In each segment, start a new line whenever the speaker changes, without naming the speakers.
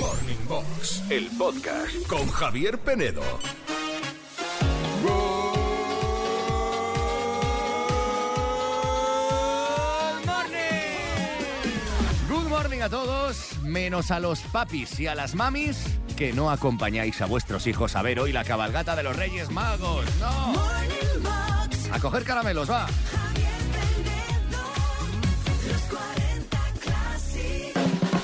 Morning Box, el podcast con Javier Penedo.
Good morning a todos, menos a los papis y a las mamis que no acompañáis a vuestros hijos a ver hoy la cabalgata de los Reyes Magos. ¡No!
Morning Box,
A coger caramelos, va.
Javier Penedo, los 40 Classic.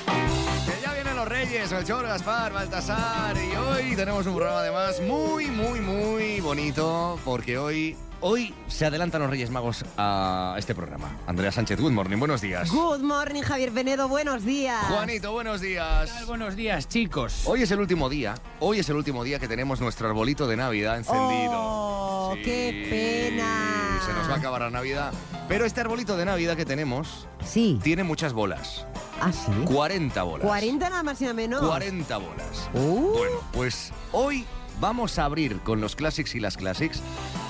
Que ya vienen los Reyes, el Chor, Gaspar, Baltasar. Y hoy tenemos un programa además muy, muy, muy bonito porque hoy... Hoy se adelantan los Reyes Magos a este programa. Andrea Sánchez, good morning, buenos días.
Good morning, Javier Venedo. Buenos días.
Juanito, buenos días.
tal? Buenos días, chicos.
Hoy es el último día, hoy es el último día que tenemos nuestro arbolito de Navidad encendido.
Oh, qué pena.
Se nos va a acabar la Navidad. Pero este arbolito de Navidad que tenemos
Sí.
tiene muchas bolas.
Ah, sí.
40 bolas.
40 nada más y nada menos.
40 bolas.
Uh.
Bueno, pues hoy vamos a abrir con los Classics y las Classics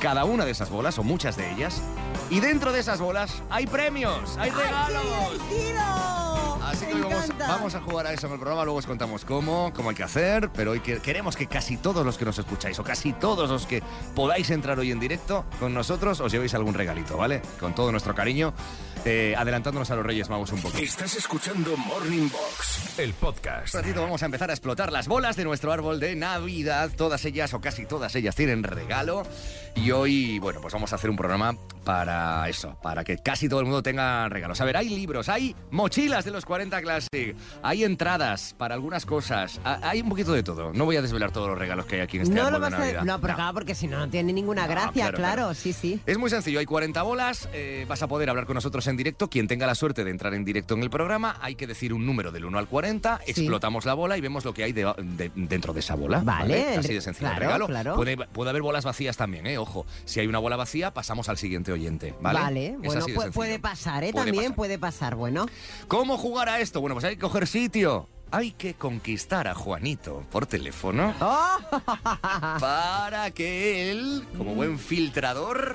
cada una de esas bolas o muchas de ellas. Y dentro de esas bolas hay premios, hay regalos.
¡Ay, qué divertido!
Así que
Me
hoy vamos,
encanta.
vamos a jugar a eso en el programa, luego os contamos cómo, cómo hay que hacer, pero hoy que- queremos que casi todos los que nos escucháis o casi todos los que podáis entrar hoy en directo con nosotros os llevéis algún regalito, ¿vale? Con todo nuestro cariño, eh, adelantándonos a los Reyes Magos un poquito.
Estás escuchando Morning Box, el podcast.
Un Pues ratito vamos a empezar a explotar las bolas de nuestro árbol de Navidad. Todas ellas, o casi todas ellas, tienen regalo. Y hoy, bueno, pues vamos a hacer un programa para eso, para que casi todo el mundo tenga regalos. A ver, hay libros, hay mochilas de los 40 Classic, hay entradas para algunas cosas, ha- hay un poquito de todo. No voy a desvelar todos los regalos que hay aquí en este
No
árbol
lo
de
vas
Navidad.
a. No, pero
No.
claro, porque si no, no tiene ninguna
No,
gracia,
claro,
claro,
claro.
sí, sí.
Es muy sencillo, hay 40 bolas, eh, vas a poder hablar con nosotros en directo. Quien tenga la suerte de entrar en directo en el programa, hay que decir un número del 1 al 40,
Sí.
explotamos la bola y vemos lo que hay de- de- dentro de esa bola.
Vale, el
Así
re-
de sencillo.
claro,
regalo.
claro.
Puede, puede haber bolas vacías también, ¿eh? Ojo, si hay una bola vacía, pasamos al siguiente oyente. Vale, Es así
bueno,
de
pu-
sencillo.
puede pasar, ¿eh?
Puede
También
pasar.
puede pasar, bueno.
¿Cómo jugar a esto? Bueno, pues hay que coger sitio. Hay que conquistar a Juanito por teléfono
¡Oh!
Ah.
para que él, como buen filtrador,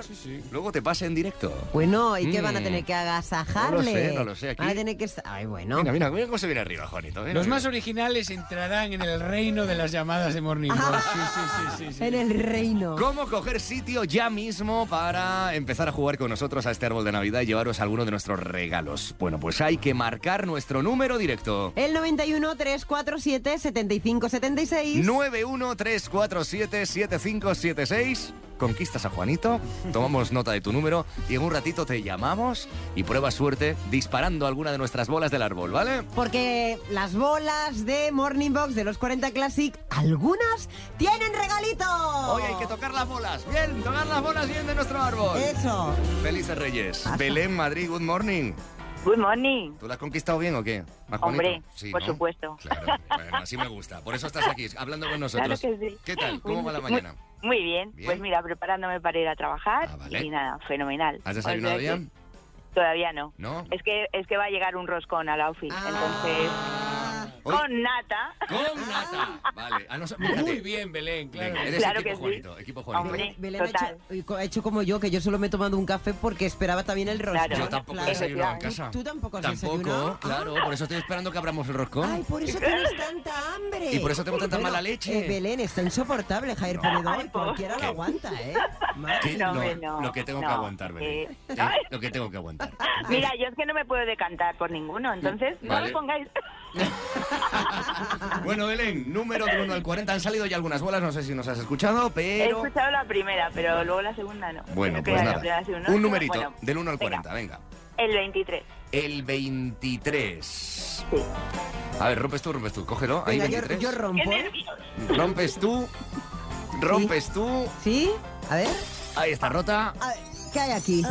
luego te pase en directo.
Bueno, ¿y qué van a
Mm.
tener que agasajarle?
No lo sé, no lo sé, aquí-
Van a tener que. est- Ay, bueno.
Mira, mira, mira cómo se viene arriba, Juanito. mira,
Los
mira.
más originales entrarán en el reino de las llamadas de Morning Box. Sí, sí, sí, sí, sí.
En el reino.
¿Cómo coger sitio ya mismo para empezar a jugar con nosotros a este árbol de Navidad y llevaros alguno de nuestros regalos? Bueno, pues hay que marcar nuestro número directo.
El 91 347 75 76.
913477576. Conquistas a Juanito, tomamos nota de tu número y en un ratito te llamamos y prueba suerte disparando alguna de nuestras bolas del árbol, ¿vale?
Porque las bolas de Morning Box de los 40 Classic, algunas tienen regalito.
Hoy hay que tocar las bolas, bien, tocar las bolas bien de nuestro árbol.
Eso.
Felices Reyes. Belén, Madrid, good morning.
Good morning.
¿Tú la has conquistado bien o qué? ¿Más
Hombre,
bonito?
por supuesto.
Claro, bueno, así me gusta. Por eso estás aquí, hablando con nosotros.
Claro que sí.
¿Qué tal? ¿Cómo va la
Muy-
mañana?
Muy bien.
Bien.
Pues mira, preparándome para ir a trabajar
Ah, vale.
y nada, fenomenal.
¿Has desayunado
O sea
bien?
que Todavía no.
¿No?
Pues Es que es que va a llegar un roscón a la oficina,
Ah.
entonces
Ah.
Hoy-
con nata.
¡Con nata! Vale. Ah, no, fíjate.
Muy bien, Belén, claro.
Venga,
que
eres
sí.
Claro
equipo
que sí.
Juanito, equipo Juanito.
Hombre.
Belén ha
Total.
hecho, ha hecho como yo, que yo solo me he tomado un café porque esperaba también el rostro.
Claro.
Yo tampoco he
Claro.
desayunado en
Tú-
casa.
tú tampoco has
Tampoco,
desayunado. Ah.
claro. Por eso estoy esperando que abramos el roscón.
Ay, por eso tienes tanta hambre.
Y por eso tengo tanta
Bueno,
mala leche.
eh, Belén, está insoportable, Jair
No.
Penedo,
Ay,
y Cualquiera
¿Qué?
lo aguanta, ¿eh?
¿Qué?
No,
lo,
hombre, no,
lo que tengo que
no.
aguantar, Belén.
Eh,
Eh,
ay.
lo que tengo que aguantar.
Mira, yo es que no me puedo decantar por ninguno, entonces no
Vale.
me pongáis.
Bueno, Belén, número del 1 al 40. Han salido ya algunas bolas, no sé si nos has escuchado,
He
pero...
escuchado la primera, pero luego la segunda no.
Bueno,
No
pues
queda la
nada.
primera, la segunda,
Un
pero
numerito,
bueno.
del 1 al
Venga,
40, venga.
El 23.
El 23.
Sí.
A ver, rompes tú, rompes tú. Cógelo. Ahí
Venga, yo,
23.
yo
Qué
rompo. ¿eh?
nervios.
Rompes tú. Rompes tú.
¿Sí? A ver.
Ahí está rota.
A ver, ¿Qué hay aquí?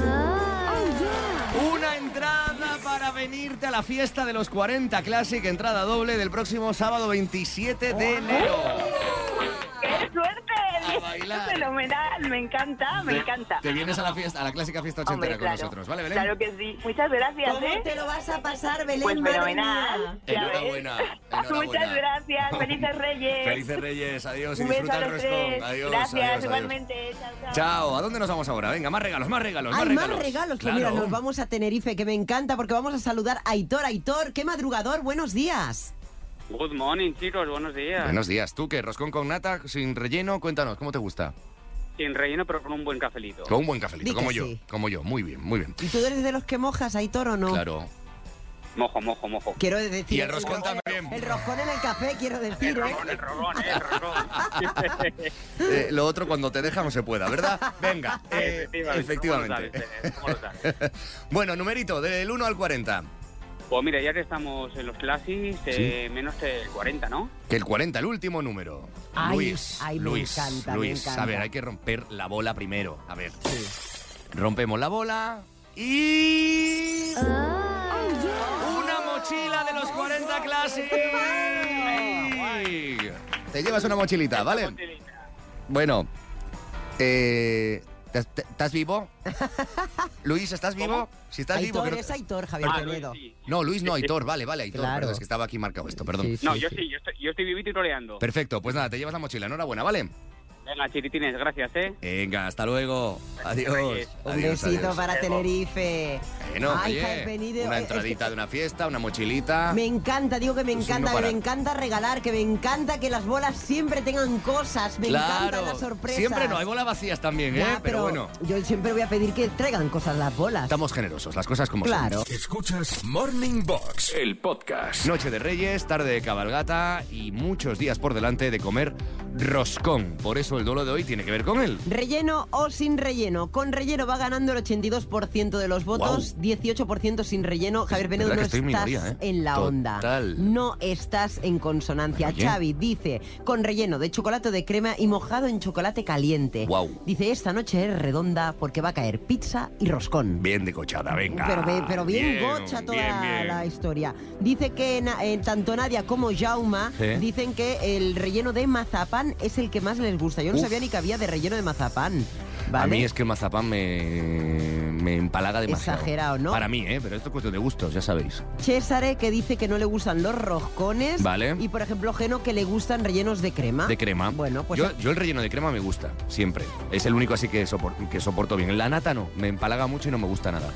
Una entrada para venirte a la fiesta de los 40 Classic. Entrada doble del próximo sábado 27 de enero.
¡Qué suerte!
A bailar.
Fenomenal, me encanta, me encanta.
Te vienes a la fiesta, a la clásica fiesta ochentera
Hombre,
con
claro.
nosotros, ¿vale, Belén?
Claro que sí. Muchas gracias,
¿Cómo
¿eh?
te lo vas a pasar, Belén?
Pues
madre
fenomenal.
mía?
ya ves.
Enhorabuena, enhorabuena.
Muchas gracias. Felices Reyes.
Felices Reyes, adiós y
Un beso
disfruta
a
el
los
roscón.
tres.
Adiós,
gracias,
adiós, adiós.
igualmente. Chao, chao.
Chao, ¿a dónde nos vamos ahora? Venga, más regalos, más regalos, más
Hay
regalos.
más regalos. Pues
Claro.
mira, nos vamos a Tenerife, que me encanta, porque vamos a saludar a Aitor. Aitor, qué madrugador, buenos días.
Good morning, chicos, buenos días.
Buenos días. ¿Tú qué? ¿Roscón con nata, sin relleno? Cuéntanos, ¿cómo te gusta?
Sin relleno, pero con un buen cafelito.
Con un buen cafelito,
Di que
como yo.
sí.
Como yo, muy bien, muy bien.
¿Y tú eres de los que mojas, Aitor, o no?
Claro.
Mojo, mojo, mojo.
Quiero decir...
Y el roscón también.
El roscón en el café, quiero
El
decir, ¿eh?
rolón, el rolón, eh, el rolón.
Eh, lo otro cuando te deja no se pueda, ¿verdad? Venga, eh, efectivamente.
¿Cómo lo sabes, eh? ¿Cómo lo sabes?
bueno, numerito, del 1 al 40.
Pues mira, ya que estamos en los clasis, eh, menos del 40, ¿no?
Que el 40, el último número.
Ay,
Luis,
ay, me
Luis,
encanta, me
Luis.
encanta.
A ver, hay que romper la bola primero. A ver. Rompemos la bola y...
Ah,
¡Una mochila de los 40 Classic! Te llevas una mochilita, ¿vale? Bueno, eh, ¿te- te- ¿estás vivo? Luis, ¿estás vivo? Si estás vivo...
Aitor
creo-
es Aitor, Javier
Ah,
Penedo.
Luis, sí.
No, Luis no, Aitor, vale, vale, Aitor.
Claro.
Perdón, es que estaba aquí marcado esto, perdón.
Sí,
No,
sí,
yo
sí.
sí, yo estoy, yo estoy vivito y toreando.
Perfecto, pues nada, te llevas la mochila. Enhorabuena, ¿vale?
Venga, chiritines, gracias, ¿eh?
Venga, hasta luego. Adiós.
Reyes.
Un
Adiós,
besito
adiós.
para Tenerife.
Bueno,
Ay,
oye,
Javier Penedo,
una
eh, es que-
entradita de una fiesta, una mochilita.
Me encanta, digo que me
Es un
encanta,
no
que me
parar.
encanta regalar, que me encanta que las bolas siempre tengan cosas, me encantan las sorpresas.
Siempre no, hay bolas vacías también, ¿eh?
Ya,
Pero, bueno,
Yo siempre voy a pedir que traigan cosas las bolas.
estamos generosos, las cosas como
claro.
Escuchas Morning Box, el podcast.
son. Noche de Reyes, tarde de cabalgata y muchos días por delante de comer roscón. Por eso el duelo de hoy tiene que ver con él.
Relleno o sin relleno. Con relleno va ganando el 82% de los votos, 18% sin relleno. Javier Penedo,
verdad
no
que estoy
estás
en minoría, ¿eh?
en la
Total.
onda. No estás en consonancia.
Oye.
Xavi dice, con relleno de chocolate o de crema y mojado en chocolate caliente.
Guau.
Dice, esta noche es redonda porque va a caer pizza y roscón.
Bien de cochada, venga.
Pero, ve- pero bien,
gocha
gocha toda la historia. Dice que na- eh, tanto Nadia como Jauma
Sí.
dicen que el relleno de mazapán es el que más les gusta. Yo no
Uf.
sabía ni que había de relleno de mazapán. ¿vale?
A mí es que el mazapán me, me empalaga demasiado.
Exagerado, ¿no?
Para mí, ¿eh? Pero esto es cuestión de gustos, ya sabéis.
Césare que dice que no le gustan los roscones.
Vale.
Y por ejemplo, Geno que le gustan rellenos de crema.
De crema.
Bueno, pues
yo, yo el relleno de crema me gusta, siempre. Es el único así que, sopor- que soporto bien. La nata no, me empalaga mucho y no me gusta nada.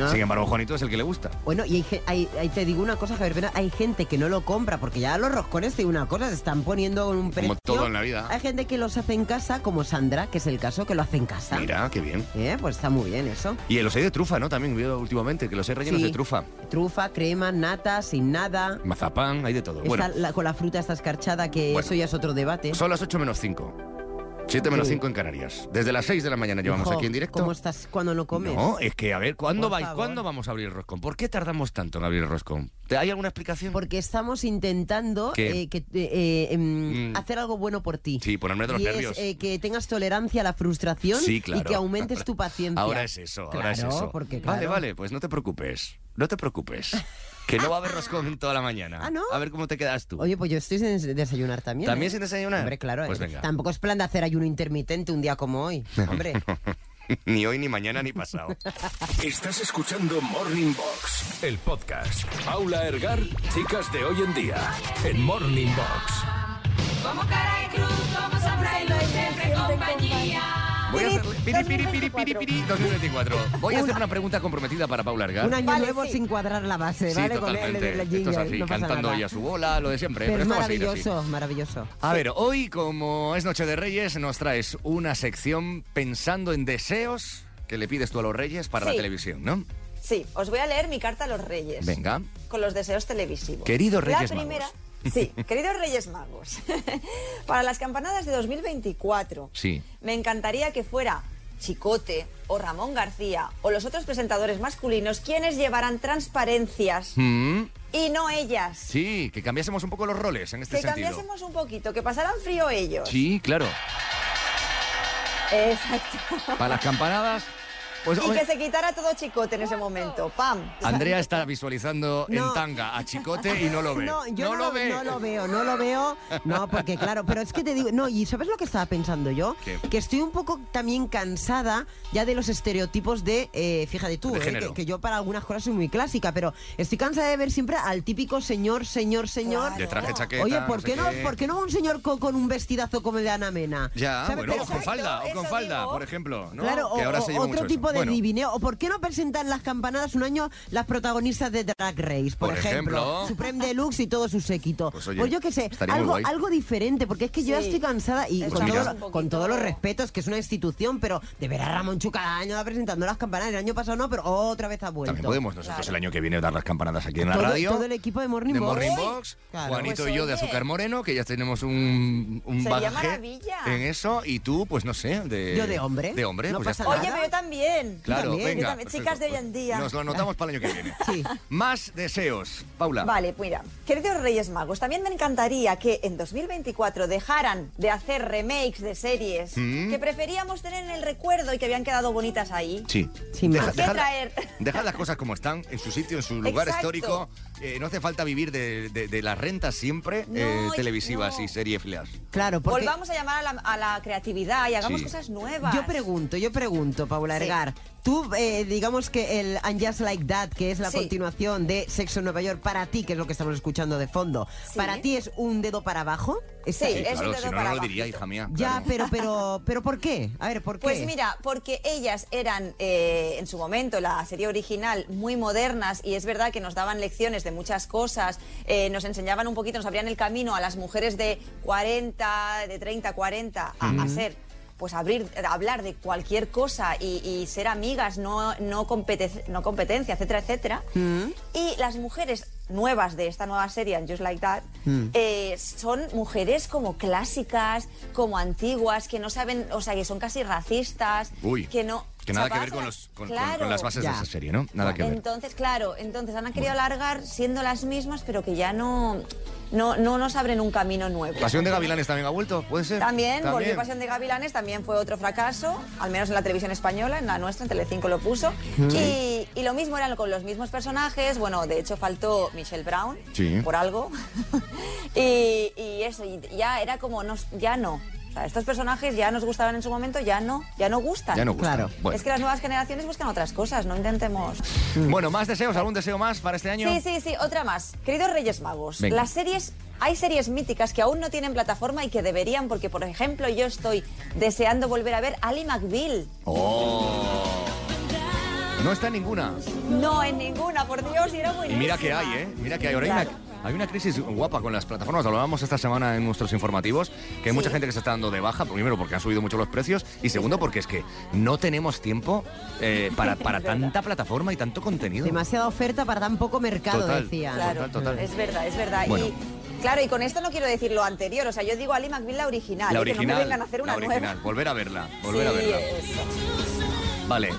Ah.
Sin embargo, Juanito es el que le gusta.
Bueno, y hay ge- hay- hay- te digo una cosa, Javier, Pena, hay gente que no lo compra, porque ya los roscones, te digo una cosa, se están poniendo un precio.
Como todo en la vida.
Hay gente que los hace en casa, como Sandra, que es el caso, que lo hace en casa.
Mira, qué bien.
Eh, Pues está muy bien eso.
Y los hay de trufa, ¿no? También veo últimamente que los hay rellenos
Sí.
de trufa.
Trufa, crema, nata, sin nada.
Mazapán, hay de todo. Bueno,
Está la- con la fruta está escarchada, que
Bueno.
eso ya es otro debate.
son las 8 menos 5. 7 menos
Sí.
5 en Canarias. Desde las 6 de la mañana llevamos
Ojo,
aquí en directo.
¿Cómo estás cuando no comes?
No, es que a ver, ¿cuándo,
Por
vais-
favor.
¿cuándo vamos a abrir el roscón? ¿Por qué tardamos tanto en abrir el roscón? ¿Te- ¿Hay alguna explicación?
Porque estamos intentando
¿Qué?
eh, que, eh, eh, em,
Mm.
hacer algo bueno por ti.
Sí, ponerme de los
y es,
nervios.
eh, que tengas tolerancia a la frustración
Sí, claro.
y que aumentes tu paciencia.
Ahora es eso, ahora es
Claro,
eso.
porque,
Vale,
claro.
vale, pues no te preocupes. No te preocupes. Que no va a haber roscón toda la mañana.
Ah, ¿no?
A ver cómo te quedas tú.
Oye, pues yo estoy sin des- desayunar también.
¿También
¿eh?
sin desayunar?
Hombre, claro.
Pues
eh,
venga.
Tampoco es plan de hacer ayuno intermitente un día como hoy. Hombre.
ni hoy, ni mañana, ni pasado.
Estás escuchando Morning Box, el podcast. Paula Ergar, chicas de hoy en día, en Morning Box.
Como cara y cruz, como sombrero y siempre compañía.
Voy a hacerle... Piri, piri, piri, piri, piri, 2024. Voy a hacer una pregunta comprometida para Paula Argar.
un año nuevo sin cuadrar la base,
Sí,
¿vale? Con el- el-
totalmente.
el
Esto es
jingle,
así,
no pasa
cantando
nada.
ella su bola, lo de siempre.
Pero es
esto va a seguir así.
maravilloso, maravilloso.
A ver, hoy como es Noche de Reyes, nos traes una sección pensando en deseos que le pides tú a los reyes para la
Sí.
televisión, ¿no?
Sí, os voy a leer mi carta a los reyes.
Venga.
Con los deseos televisivos.
Queridos Reyes
la primera,
Magos.
Sí, queridos Reyes Magos. Para las campanadas de 2024.
Sí.
Me encantaría que fuera Chicote o Ramón García o los otros presentadores masculinos quienes llevarán transparencias
Mm,
y no ellas.
sí, que cambiásemos un poco los roles en este
que
sentido.
cambiásemos un poquito, que pasaran frío ellos.
Sí, claro.
Exacto.
Para las campanadas, pues
Y
hoy-
que se quitara todo chicote en ese momento. ¡Pam!
Andrea está visualizando en
No.
tanga a Chicote y no lo ve.
No, yo no,
lo ve.
no lo veo, no lo veo. No, porque claro, pero es que te digo, no, y ¿sabes lo que estaba pensando yo?
¿Qué?
Que estoy un poco también cansada ya de los estereotipos de, eh, fíjate tú,
De
eh,
género.
que, que yo para algunas cosas soy muy clásica, pero estoy cansada de ver siempre al típico señor, señor, señor.
De traje, chaqueta.
Oye, ¿por
sé
qué, no, ¿por qué no un señor co- con, un vestidazo como el de Ana Mena?
Ya,
¿Sabes?
bueno,
Pero-
o con
Exacto,
falda, o con
eso
falda,
digo.
por ejemplo, ¿no?
Claro, o-
que ahora
o-
se lleva
otro
mucho
tipo tipo de
Bueno.
divineo. ¿O por qué no presentan las campanadas un año las protagonistas de Drag Race? Por,
Por ejemplo.
Supreme Deluxe y todo su séquito.
Pues, oye,
yo qué sé,
estaría muy
algo,
guay.
algo diferente, porque es que yo ya
Sí.
estoy cansada y
Pues
con,
mira.
todo-
Un poquito-
con todos los respetos, que es una institución, pero de ver a Ramón Chu cada año presentando las campanadas. El año pasado no, pero otra vez ha vuelto.
También podemos nosotros
Claro.
el año que viene dar las campanadas aquí en la
Todo-
radio.
todo el equipo de Morning Box.
Box,
Claro.
Juanito
Pues,
y yo de
oye.
Azúcar Moreno, que ya tenemos un, un
Sería
bagaje
maravilla.
en eso. Y tú, pues no sé, de...
Yo de hombre.
De hombre,
No
pues ya
pasa
está.
Oye, pero yo también.
Claro,
también, yo
venga.
también.
perfecto.
Chicas de hoy en día.
Nos lo anotamos para el año que viene.
Sí.
Más deseos, Paula.
Vale, pues mira, queridos Reyes Magos, también me encantaría que en 2024 dejaran de hacer remakes de series
¿Mm?
que preferíamos tener en el recuerdo y que habían quedado bonitas ahí.
Sí.
Sí, más.
¿Qué traer?
dejad las cosas como están, en su sitio, en su lugar
Exacto.
histórico. Eh, no hace falta vivir de, de- de las rentas siempre
No,
eh,
y-
televisivas
no.
y seriéfilas.
Claro, porque...
Volvamos a llamar a la, a la creatividad y hagamos
Sí.
cosas nuevas.
Yo pregunto, yo pregunto, Paula
Sí.
Ergar. Tú, eh, digamos que el And Just Like That, que es la
Sí.
continuación de Sexo en Nueva York, para ti, que es lo que estamos escuchando de fondo,
Sí.
¿para ti es un dedo para abajo? Esta-
Sí,
Sí,
es un
claro,
dedo
si no,
para
no lo
abajo.
diría, hija mía.
Ya,
claro.
pero, pero, pero ¿por qué? A ver, ¿por qué?
Pues mira, porque ellas eran eh, en su momento, la serie original, muy modernas y es verdad que nos daban lecciones de muchas cosas, eh, nos enseñaban un poquito, nos abrían el camino a las mujeres de 40, de 30, 40, a, a ser, pues abrir, a hablar de cualquier cosa y, y ser amigas, no, no, compete- no competencia, etcétera, etcétera. Y las mujeres nuevas de esta nueva serie, And Just Like That, eh, son mujeres como clásicas, como antiguas, que no saben, o sea, que son casi racistas,
Uy.
que no...
Que nada que
chapadas
ver con,
a-
los, con, con-
Claro.
con las bases
Ya.
de esa serie, ¿no? Nada que ver.
Entonces, claro, entonces han querido alargar siendo las mismas, pero que ya no, no, no nos abren un camino nuevo.
Pasión de Gavilanes también ha vuelto, ¿puede ser?
También, volvió Pasión de Gavilanes, también fue otro fracaso, al menos en la televisión española, en la nuestra, en Telecinco lo puso. Y, y lo mismo eran con los mismos personajes, bueno, de hecho faltó Michelle Brown,
Sí.
por algo. y, y eso, y ya era como, nos, ya no. O sea, estos personajes ya nos gustaban en su momento, ya no, ya no gustan.
Ya no gusta.
Claro.
Bueno. Mm.
Es que las nuevas generaciones buscan otras cosas, no intentemos.
Bueno, más deseos, algún deseo más para este año.
Sí, sí, sí, otra más. Queridos Reyes Magos,
Venga.
las series, hay series míticas que aún no tienen plataforma y que deberían, porque por ejemplo yo estoy deseando volver a ver Ali McBeal.
Oh. No está ninguna.
No en ninguna, por Dios, y era
Y
buenísima.
mira que hay, ¿eh? Mira que hay. Ahora hay,
Claro.
una, hay una crisis guapa con las plataformas. Lo Hablábamos esta semana en nuestros informativos que hay mucha gente que se está dando de baja, primero porque han subido mucho los precios y segundo porque es que no tenemos tiempo eh, para, para tanta plataforma y tanto contenido.
Demasiada oferta para tan poco mercado,
Total.
decía.
Claro,
Total, total.
es verdad, es verdad.
Bueno.
Y claro, y con esto no quiero decir lo anterior, o sea, yo digo Ali McBeal la original,
La
¿eh? que no
original,
me vengan a hacer una
la original.
nueva.
Volver a verla, volver a
Sí, eh.
verla.
eso.
Vale.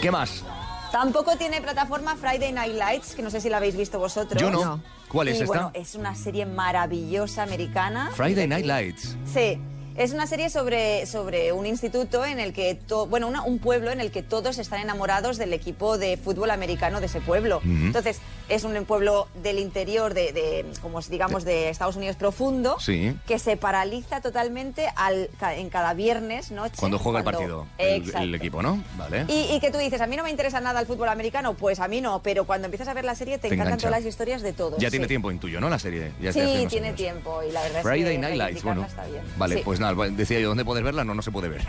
¿Qué más?
Tampoco tiene plataforma Friday Night Lights, que no sé si la habéis visto vosotros.
Yo no. No. ¿Cuál es
Y,
esta?
Bueno, es una serie maravillosa americana.
Friday Night Lights.
Sí. Es una serie sobre, sobre un instituto en el que, to- bueno, una- un pueblo en el que todos están enamorados del equipo de fútbol americano de ese pueblo. Entonces, es un pueblo del interior, de, de- como es, digamos, de Estados Unidos profundo,
Sí.
que se paraliza totalmente al, ca- en cada viernes noche.
Cuando juega
cuando-
el partido,
Exacto.
el, el equipo, ¿no? Vale.
Y, y que tú dices, a mí no me interesa nada el fútbol americano, pues a mí no, pero cuando empiezas a ver la serie te,
Te
encantan
engancha.
todas las historias de todos.
Ya
sí.
tiene tiempo intuyo, ¿no? La serie. Ya es de hace
Sí,
unos
tiene
años.
tiempo y la verdad es
Friday
que
Night Lights, bueno.
reivindicarla está bien.
Vale,
Sí.
pues nada, va- decía yo, ¿dónde poder verla? No, no se puede ver.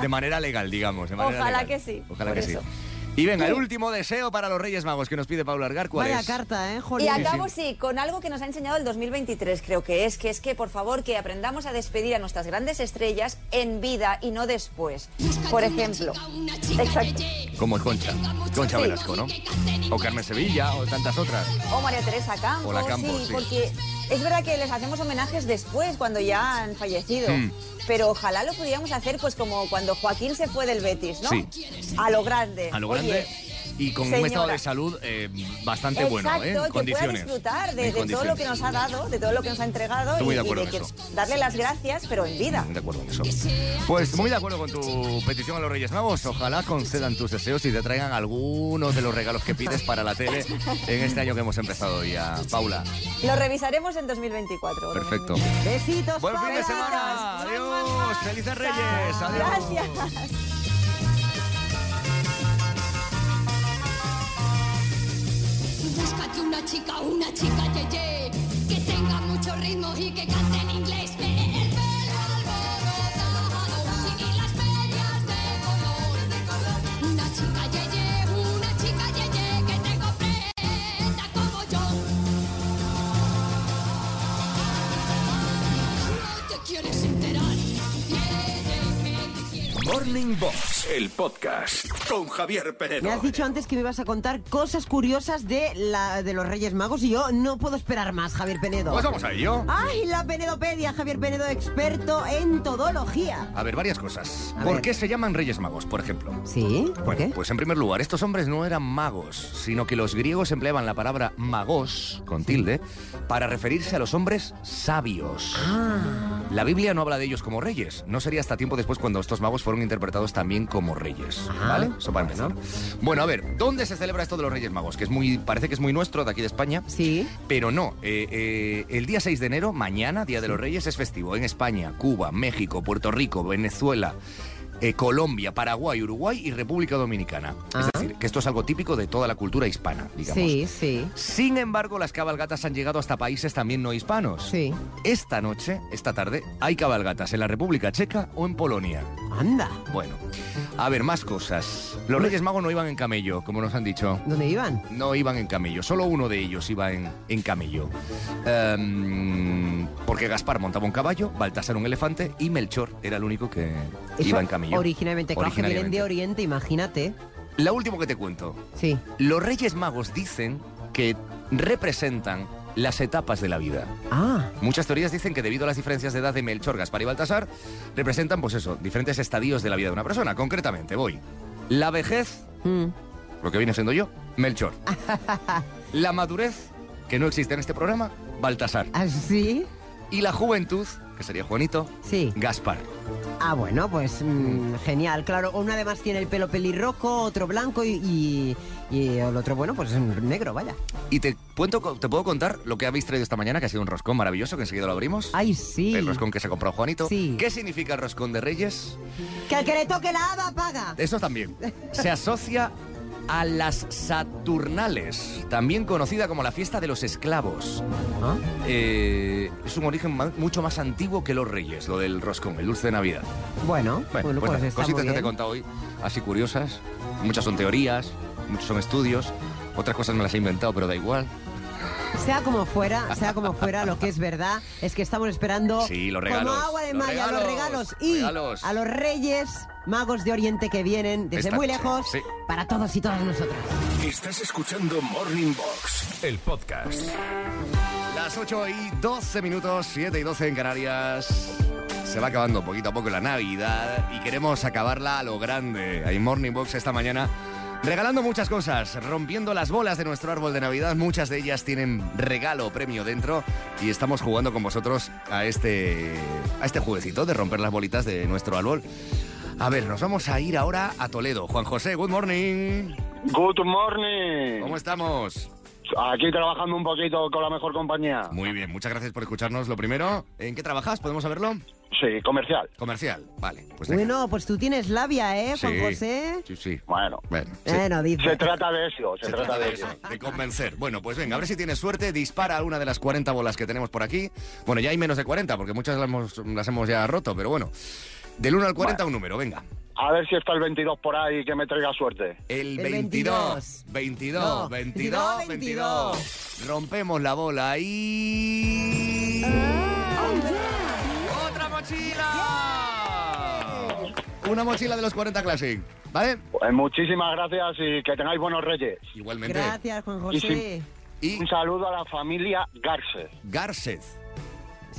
de manera legal, digamos. de manera
Mm. Ojalá
legal.
que sí,
Ojalá
por
que
eso.
sí. Y venga, el último deseo para los Reyes Magos que nos pide Pablo Argar, ¿cuál
Vaya
es?
carta, ¿eh?
Y
Jolín.
acabo, sí, con algo que nos ha enseñado el 2023, creo que es, que es que, por favor, que aprendamos a despedir a nuestras grandes estrellas en vida y no después. Por ejemplo, exacto,
Como Concha. Concha
Sí.
Velasco, ¿no? O Carmen Sevilla, o tantas otras.
o Oh, María Teresa Campos,
O la Campos, sí.
porque es verdad que les hacemos homenajes después, cuando ya han fallecido.
Hmm.
Pero ojalá lo pudiéramos hacer, pues como cuando Joaquín se fue del Betis, ¿no?
Sí.
A lo grande.
A lo
Oye,
grande. y con un
señora.
estado de salud eh, bastante
Exacto,
bueno, ¿eh? En
que pueda
condiciones.
disfrutar
En
de, de todo lo
condiciones.
que nos ha dado, de todo lo que nos ha entregado
Estoy muy
y,
de
y
acuerdo
de
en
que
eso.
darle las gracias, pero en vida.
De acuerdo en eso. Pues muy de acuerdo con tu petición a los Reyes Magos. Ojalá concedan tus deseos y te traigan algunos de los regalos que pides para la tele en este año que hemos empezado ya. Paula,
Lo revisaremos en 2024.
perfecto.
Besitos,
Buen fin de
Paula.
semana. Adiós. Felices Reyes. Adiós.
Gracias.
Búscate una chica, una chica yeye, que tenga mucho ritmo y que cante en inglés. Que el pelo alborotado y las medias de color, de color.
Morning Box, el podcast con Javier Penedo.
Me has dicho antes que me ibas a contar cosas curiosas de, la, de los Reyes Magos y yo no puedo esperar más, Javier Penedo.
Pues vamos a ello.
¡Ay, la Penedopedia! Javier Penedo, experto en todología.
A ver, varias cosas.
A
¿Por
ver.
qué se llaman Reyes Magos, por ejemplo?
¿Sí? ¿Por
Bueno,
qué?
pues en primer lugar, estos hombres no eran magos, sino que los griegos empleaban la palabra magos, con tilde, para referirse a los hombres sabios.
Ah.
La Biblia no habla de ellos como reyes, no sería hasta tiempo después cuando estos magos fueron interpretados también como reyes, ¿vale? Eso para empezar. Bueno, a ver, ¿dónde se celebra esto de los Reyes Magos? Que es muy, parece que es muy nuestro, de aquí de España.
Sí.
Pero no, eh, eh, el día 6 de enero, mañana, Día de los Reyes, es festivo en España, Cuba, México, Puerto Rico, Venezuela, eh, Colombia, Paraguay, Uruguay y República Dominicana.
Ah.
Es decir, que esto es algo típico de toda la cultura hispana, digamos.
Sí, sí.
Sin embargo, las cabalgatas han llegado hasta países también no hispanos.
Sí.
Esta noche, esta tarde, hay cabalgatas en la República Checa o en Polonia.
Anda.
Bueno, a ver, más cosas. Los Reyes Magos no iban en camello, como nos han dicho
¿Dónde iban?
no iban en camello, solo uno de ellos iba en, en camello. Em, porque Gaspar montaba un caballo, Baltasar un elefante y Melchor era el único que
Eso
iba en camello.
Originalmente, claro, que vienen
Originariamente.
de Oriente, imagínate.
La última que te cuento.
Sí.
Los Reyes Magos dicen que representan las etapas de la vida.
Ah,
Muchas teorías dicen que debido a las diferencias de edad de Melchor, Gaspar y Baltasar, representan, pues eso, diferentes estadios de la vida de una persona. Concretamente, voy. La vejez,
mm,
lo que viene siendo yo, Melchor. La madurez, que no existe en este programa, Baltasar.
Ah, ¿así?
Y la juventud, que sería Juanito,
Sí.
Gaspar.
Ah, bueno, pues mm, genial. Claro, uno además tiene el pelo pelirrojo, otro blanco y, y- y el otro, bueno, pues es negro, vaya.
Y te, cuento, te puedo contar lo que habéis traído esta mañana, que ha sido un roscón maravilloso, que enseguida lo abrimos.
Ay, sí.
El roscón que se compró Juanito.
Sí.
¿Qué significa el roscón de Reyes?
Que al que le toque la haba paga.
Eso también. Se asocia a las Saturnales, también conocida como la fiesta de los esclavos.
Ah,
Eh, es un origen ma- mucho más antiguo que los Reyes, lo del roscón, el dulce de Navidad.
Bueno,
Bueno,
bueno,
pues
pues
nada,
está muy
cositas que te he
bien.
contado hoy, así curiosas. Muchas son teorías, muchos son estudios, otras cosas me las he inventado, pero da igual.
Sea como fuera, sea como fuera, lo que es verdad es que estamos esperando
Sí, los regalos,
como agua de
los
malla los
regalos,
regalos y
regalos.
a los reyes magos de Oriente que vienen desde
Esta
muy
noche,
lejos
sí.
para todos y todas nosotros.
Estás escuchando Morning Box, el podcast.
Las 8 y 12 minutos, 7 y 12 en Canarias. Se va acabando poquito a poco la Navidad y queremos acabarla a lo grande. Hay Morning Box esta mañana regalando muchas cosas, rompiendo las bolas de nuestro árbol de Navidad. Muchas de ellas tienen regalo o premio dentro y estamos jugando con vosotros a este, a este jueguecito de romper las bolitas de nuestro árbol. A ver, nos vamos a ir ahora a Toledo. Juan José, good morning.
Good morning.
¿Cómo estamos?
Aquí trabajando un poquito con la mejor compañía.
Muy bien, muchas gracias por escucharnos. Lo primero, ¿en qué trabajas? ¿Podemos saberlo?
Sí, comercial.
Comercial, vale. Pues venga.
Bueno, pues tú tienes labia, ¿eh, Juan
Sí.
José?
Sí, sí.
Bueno,
Bueno, sí.
Bueno, dice.
se trata de eso, Eh, se, trata, de eso.
de convencer. Bueno, pues venga, a ver si tienes suerte, dispara una de las 40 bolas que tenemos por aquí. Bueno, ya hay menos de 40, porque muchas las hemos, las hemos ya roto, pero bueno. Del 1 al 40 un número, venga.
A ver si está el 22 por ahí que me traiga suerte.
El
El
22. 22, 22,
No,
22,
22.
Rompemos la bola y...
Ah, oh,
¡Otra mochila! Una mochila de los 40 Classic, ¿vale?
Pues muchísimas gracias y que tengáis buenos reyes.
Igualmente.
Gracias, Juan
Y
José.
sí.
Y
Un saludo a la familia Garces.
Garcet.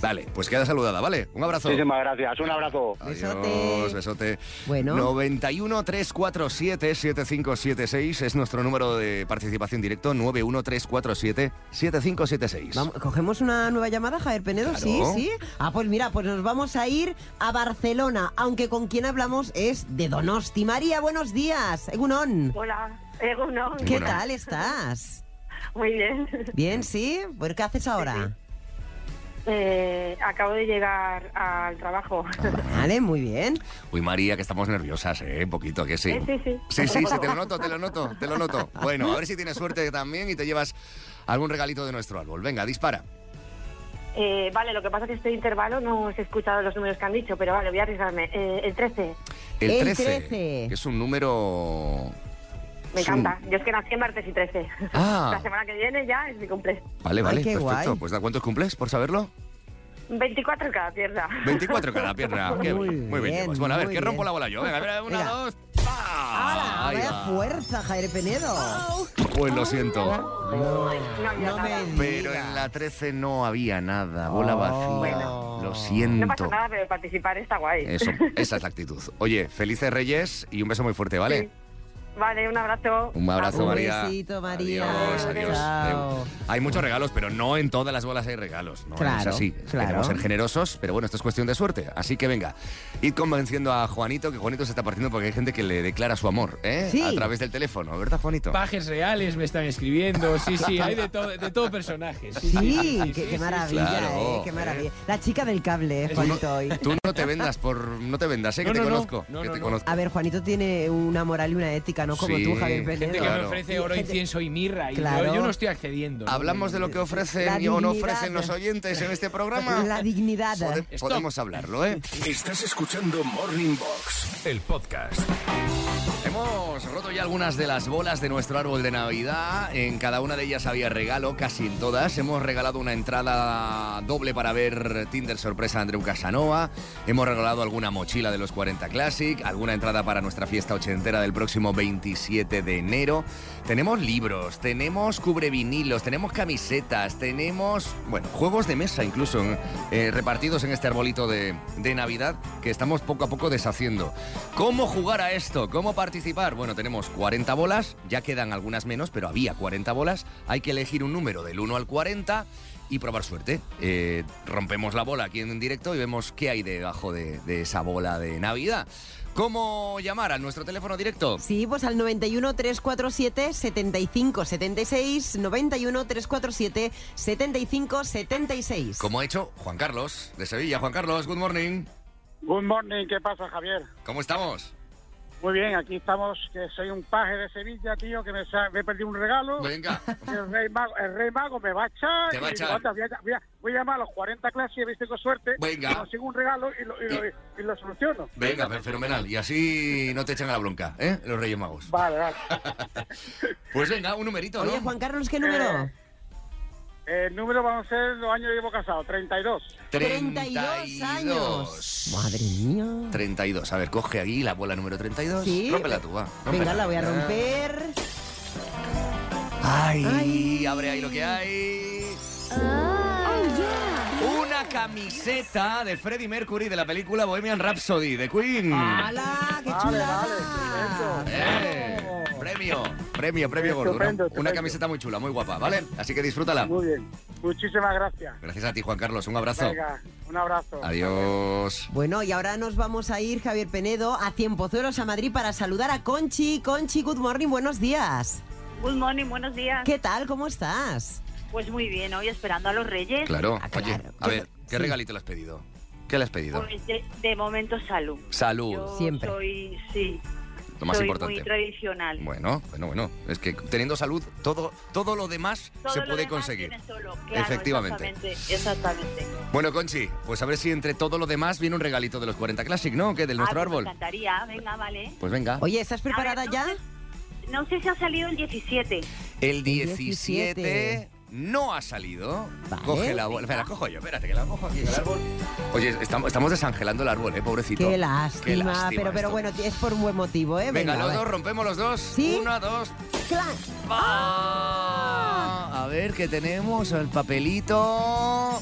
Vale, pues queda saludada, ¿vale? Un abrazo.
Muchísimas gracias, un abrazo.
Adiós, besote.
Bueno.
91 347 7576 es nuestro número de participación directo. 91 347 7576.
Vamos, ¿Cogemos una nueva llamada, Javier Penedo?
Claro.
Sí, sí. Ah, pues mira, pues nos vamos a ir a Barcelona, aunque con quien hablamos es de Donosti. María, buenos días. Egunon.
Hola, Egunon.
¿Qué
Bueno.
tal estás?
Muy bien.
Bien, sí. Pues, ¿qué haces ahora?
Eh, acabo de llegar al trabajo.
Vale, muy bien.
Uy, María, que estamos nerviosas, ¿eh? Un poquito, que sí.
Eh, sí, sí.
Sí, sí, sí, te lo noto, te lo noto, te lo noto. Bueno, a ver si tienes suerte también y te llevas algún regalito de nuestro árbol. Venga, dispara.
Eh, vale, lo que pasa es que este intervalo no os he escuchado los números que han dicho, pero vale, voy a arriesgarme. Eh, el 13.
El
El
13.
13.
Que es un número...
Me
es un-
encanta. Yo es que nací en martes y 13.
Ah.
La semana que viene ya es mi cumpleaños.
Vale, vale,
qué
perfecto.
guay.
Pues da cuántos cumples, por saberlo.
24 en cada pierna.
24 cada pierna. Qué bien. Muy bien, chicos. Bueno, a ver,
muy
que rompo
bien.
la bola yo. Venga, mira, una,
Venga.
dos.
¡Hala!
Ahí
¡Vaya
va.
fuerza, Jair Penedo!
Pues lo siento.
No me
Pero en la 13 no había nada. Bola
Oh,
vacía. Lo
No
siento.
pasa nada, pero participar está guay.
Eso, esa es la actitud. Oye, felices Reyes y un beso muy fuerte, ¿vale?
Vale, un abrazo.
Un abrazo,
Un
María.
besito, María.
Adiós, adiós.
Chao.
Adeu. Hay muchos regalos, pero no en todas las bolas hay regalos. No es
Claro,
así.
claro.
Queremos ser generosos, pero bueno, esto es cuestión de suerte. Así que venga, id convenciendo a Juanito, que Juanito se está partiendo porque hay gente que le declara su amor, ¿eh?
Sí.
A través del teléfono, ¿verdad, Juanito?
Pajes reales me están escribiendo. Sí, sí, hay de todo, de todo personaje. Sí, sí,
Sí,
sí,
qué,
sí,
qué
sí,
maravilla,
Claro,
eh, qué maravilla. La chica del cable, eh,
Es
Juanito hoy.
Tú no te vendas por. No te vendas, ¿eh? Que
No,
te
no, no.
conozco.
No,
que
no,
te
no.
conozco.
A ver, Juanito tiene una moral y una ética, ¿no? Como
Sí.
tú, Javier
Gente
Penedo.
Gente que
Claro.
me ofrece oro,
Gente-
incienso y mirra. Y
Claro.
yo, yo no estoy accediendo. ¿no?
¿Hablamos de lo que
La
ofrecen y- o no
dignidad.
ofrecen los oyentes en este programa?
La dignidad.
Pode-
Stop.
podemos hablarlo, ¿eh?
Estás escuchando Morning Box, el podcast.
Hemos roto ya algunas de las bolas de nuestro árbol de Navidad. En cada una de ellas había regalo, casi en todas. Hemos regalado una entrada doble para ver Tinder sorpresa de Andreu Casanova. Hemos regalado alguna mochila de los 40 Classic, alguna entrada para nuestra fiesta ochentera del próximo 27 de enero. Tenemos libros, tenemos cubrevinilos, tenemos camisetas, tenemos, bueno, juegos de mesa incluso eh, repartidos en este arbolito de, de Navidad que estamos poco a poco deshaciendo. ¿Cómo jugar a esto? ¿Cómo participar? Bueno, tenemos 40 bolas, ya quedan algunas menos, pero había 40 bolas. Hay que elegir un número del 1 al 40 y probar suerte. Eh, rompemos la bola aquí en directo y vemos qué hay debajo de, de esa bola de Navidad. ¿Cómo llamar a nuestro teléfono directo?
Sí, pues al 91 347 75 76, 91 347 75 76.
Como ha hecho Juan Carlos, de Sevilla. Juan Carlos, good morning.
Good morning, ¿qué pasa, Javier?
¿Cómo estamos?
Muy bien, aquí estamos, que soy un paje de Sevilla, tío, que me, sa- me perdí un regalo.
Venga.
El rey, mago, el rey mago me va a echar.
Te va a
y
echar.
digo, "Anda, voy, a, voy a- voy a llamar a los 40 clases y a ver si tengo suerte.
Venga. Eh.
y Consigo un regalo y lo, y lo- y lo soluciono.
Venga, fe- fenomenal. Y así no te echan a la bronca, ¿eh? Los Reyes Magos.
Vale, vale.
Pues venga, un numerito, ¿no?
Oye, Juan Carlos, ¿qué número?
El número vamos a ser los años que llevo casado, 32.
32 años. Madre mía.
32. A ver, coge ahí la bola número 32.
Sí.
Rómpela tú, va. Rómpela.
Venga, la voy a romper.
Ay,
Ay. Ah.
abre ahí lo que hay. Una camiseta de Freddie Mercury de la película Bohemian Rhapsody de Queen.
Ah. ¡Hala! ¡Qué chulada!
Eh, Premio, premio, premio gordo. Una, una
Estupendo, estupendo.
camiseta muy chula, muy guapa, ¿vale? Así que disfrútala.
Muy bien. Muchísimas gracias.
Gracias a ti, Juan Carlos. Un abrazo.
Venga, un abrazo.
Adiós.
Bueno, y ahora nos vamos a ir, Javier Penedo, a Ciempozuelos, a Madrid, para saludar a Conchi. Conchi, good morning, buenos días.
Good morning, buenos días.
¿Qué tal? ¿Cómo estás?
Pues muy bien, hoy esperando a los reyes.
Claro.
Ah,
Oye,
claro.
a ver, ¿qué
Sí.
regalito le has pedido? ¿Qué le has pedido?
Pues de, de momento salud.
Salud,
Yo
Siempre.
Soy, sí,
lo más
soy
importante.
muy tradicional.
Bueno, bueno, bueno. Es que teniendo salud, todo, todo lo demás
Todo
se
lo
puede
demás
conseguir.
viene solo, claro,
Efectivamente.
Exactamente, exactamente.
Bueno, Conchi, pues a ver si entre todo lo demás viene un regalito de los 40 Classic, ¿no? Que del
Ah,
nuestro
pues
árbol.
Me encantaría, venga, vale.
Pues venga.
Oye, ¿estás preparada
ver,
ya?
No sé si ha salido el 17.
el 17,
17.
no ha salido.
Vale.
Coge la bola. Me la cojo yo, espérate, que la cojo aquí en el árbol. Oye, estamos, estamos desangelando el árbol, ¿eh? Pobrecito.
Qué lástima,
Qué lástima
pero, pero
esto.
bueno, es por un buen motivo, ¿eh?
Venga, los
va.
dos, rompemos los dos.
¿Sí?
Una, dos,
¡Clan! ¡Ah!
¡Va! A ver qué tenemos, el papelito.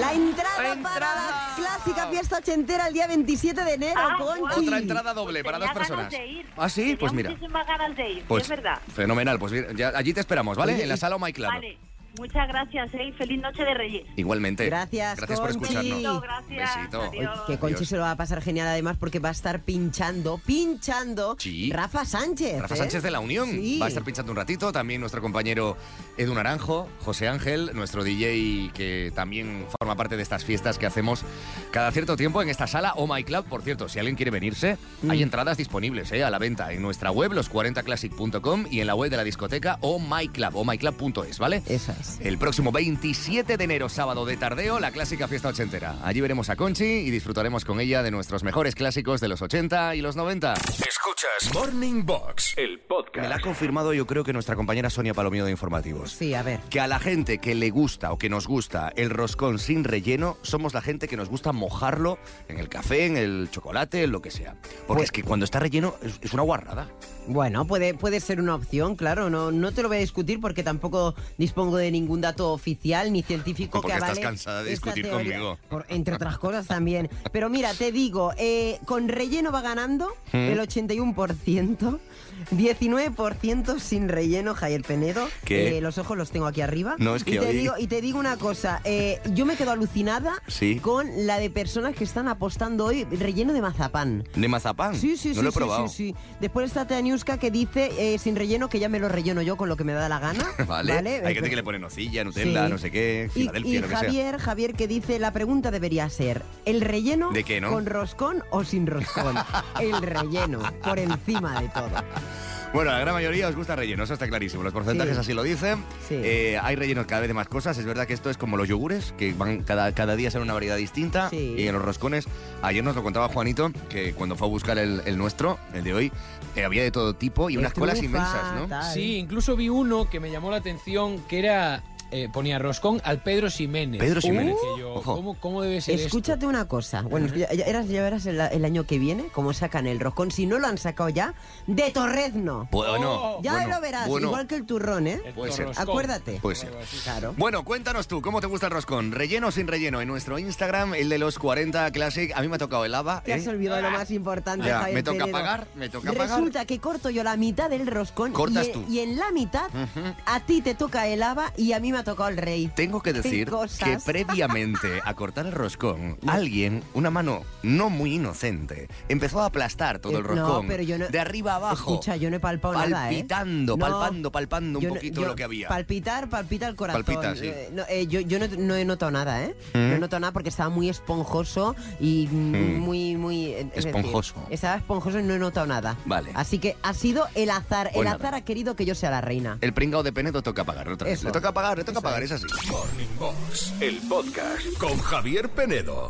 La entrada,
Entrada.
para la clásica fiesta ochentera el día 27 de enero,
Ah,
Conchi.
Otra entrada doble para dos
Tenía
personas.
ganas de ir.
Ah, sí,
Tenía
pues mira.
muchísimas ganas de ir,
Pues
es verdad.
fenomenal, pues bien, ya, allí te esperamos, ¿vale? en la sala o My Club.
Vale, muchas gracias, ¿eh? Y Feliz noche de Reyes.
Igualmente.
Gracias,
Gracias por
Conchi.
escucharnos.
No, gracias.
Besito.
Adiós.
Que Conchi
Adiós.
se lo va a pasar genial además porque va a estar pinchando, pinchando
Sí.
Rafa Sánchez.
Rafa
¿eh?
Sánchez de la Unión
Sí.
va a estar pinchando un ratito. También nuestro compañero Edu Naranjo, José Ángel, nuestro DJ que también forma parte de estas fiestas que hacemos cada cierto tiempo en esta sala o My Club. Por cierto, si alguien quiere venirse, hay entradas disponibles eh, a la venta en nuestra web, los40classic.com y en la web de la discoteca o My Club, o myclub.es, ¿vale?
Eso es.
El próximo 27 de enero, sábado de tardeo, la clásica fiesta ochentera. Allí veremos a Conchi y disfrutaremos con ella de nuestros mejores clásicos de los 80 y los 90.
Escuchas Morning Box, el podcast.
Me la ha confirmado yo creo que nuestra compañera Sonia Palomino de Informativos.
Sí, a ver.
Que a la gente que le gusta o que nos gusta el roscón sin relleno, somos la gente que nos gusta mojarlo en el café, en el chocolate, en lo que sea. Porque
Pues
es que cuando está relleno es, es una guarrada.
Bueno, puede, puede ser una opción, claro. No, no te lo voy a discutir porque tampoco dispongo de ningún dato oficial ni científico
Porque
que
estás
avale
cansada de
esta
discutir
teoría.
conmigo.
Por- entre otras cosas también. Pero mira, te digo, eh, con relleno va ganando
¿Mm?
el 81%, 19% sin relleno, Javier Penedo.
¿Qué?
Eh, los ojos los tengo aquí arriba.
No, es que
y, te
hoy-
digo, y te digo una cosa, eh, yo me quedo alucinada
Sí.
con la de personas que están apostando hoy relleno de mazapán.
De mazapán.
Sí, sí,
Mm, no
sí,
lo he
sí,
probado.
sí, sí. Después está Teaniuska que dice eh, sin relleno que ya me lo relleno yo con lo que me da la gana.
Vale. Hay gente
Eh,
que le pone nocilla, Nutella,
Sí.
no sé qué,
y,
Filadelfia,
y
lo que sea.
Javier, Javier que dice la pregunta debería ser ¿el relleno
¿De qué, no?
con roscón o sin roscón? el relleno, por encima de todo.
Bueno, a la gran mayoría os gusta relleno, eso está clarísimo. Los porcentajes
Sí.
así lo dicen.
Sí.
Eh, hay rellenos cada vez de más cosas. Es verdad que esto es como los yogures, que van cada, cada día son una variedad distinta.
Sí.
Y en los roscones, ayer nos lo contaba Juanito, que cuando fue a buscar el, el nuestro, el de hoy, eh, había de todo tipo y unas colas
Trufa,
inmensas, ¿no?
tal.
Sí, incluso vi uno que me llamó la atención, que era... eh, ponía roscón al Pedro Ximénez.
Pedro Ximénez,
Que yo,
ojo.
¿cómo, ¿Cómo debe ser
Escúchate una cosa. Bueno, es que ya, ya verás- ya verás el, el año que viene cómo sacan el roscón. Si no lo han sacado ya, de torrezno.
Bueno,
Oh. ya
bueno,
lo verás,
bueno.
igual que el turrón, ¿eh?
esto?
puede
El
ser.
roscón.
Acuérdate.
Puede ser.
Claro.
Bueno, cuéntanos tú, ¿cómo te gusta el roscón? ¿Relleno o sin relleno? En nuestro Instagram, el de los 40 Classic, a mí me ha tocado el lava.
Te has
¿eh?
olvidado lo más importante,
Ya,
Javier
me toca
Penedo.
pagar, me toca pagar.
Resulta que corto yo la mitad del roscón.
Cortas
y, e-
tú.
Y en la mitad,
Ujú.
a ti te toca el haba y a mí me ha tocado el rey.
Tengo que decir que
cosas.
previamente a cortar el roscón, alguien, una mano no muy inocente, empezó a aplastar todo el
Eh, no,
roscón.
pero yo no-
de arriba abajo.
Escucha, yo no he palpado nada, ¿eh?
palpitando,
No,
palpando, palpando un
yo no-
poquito
yo-
lo que había.
Palpitar, palpita el corazón.
Palpita, sí.
Eh, no, eh, yo yo no, no he notado nada, ¿eh?
¿Mm?
No he notado nada porque estaba muy esponjoso y mm,
Mm.
muy, muy... eh, es decir,
Esponjoso.
estaba esponjoso y no he notado nada.
Vale.
Así que ha sido el azar.
Pues
el
nada.
azar ha querido que yo sea la reina.
El pringao de Penedo toca pagar otra vez.
Eso.
Le toca pagar, le toca pagar, es así.
Morning Box, el podcast con Javier Penedo.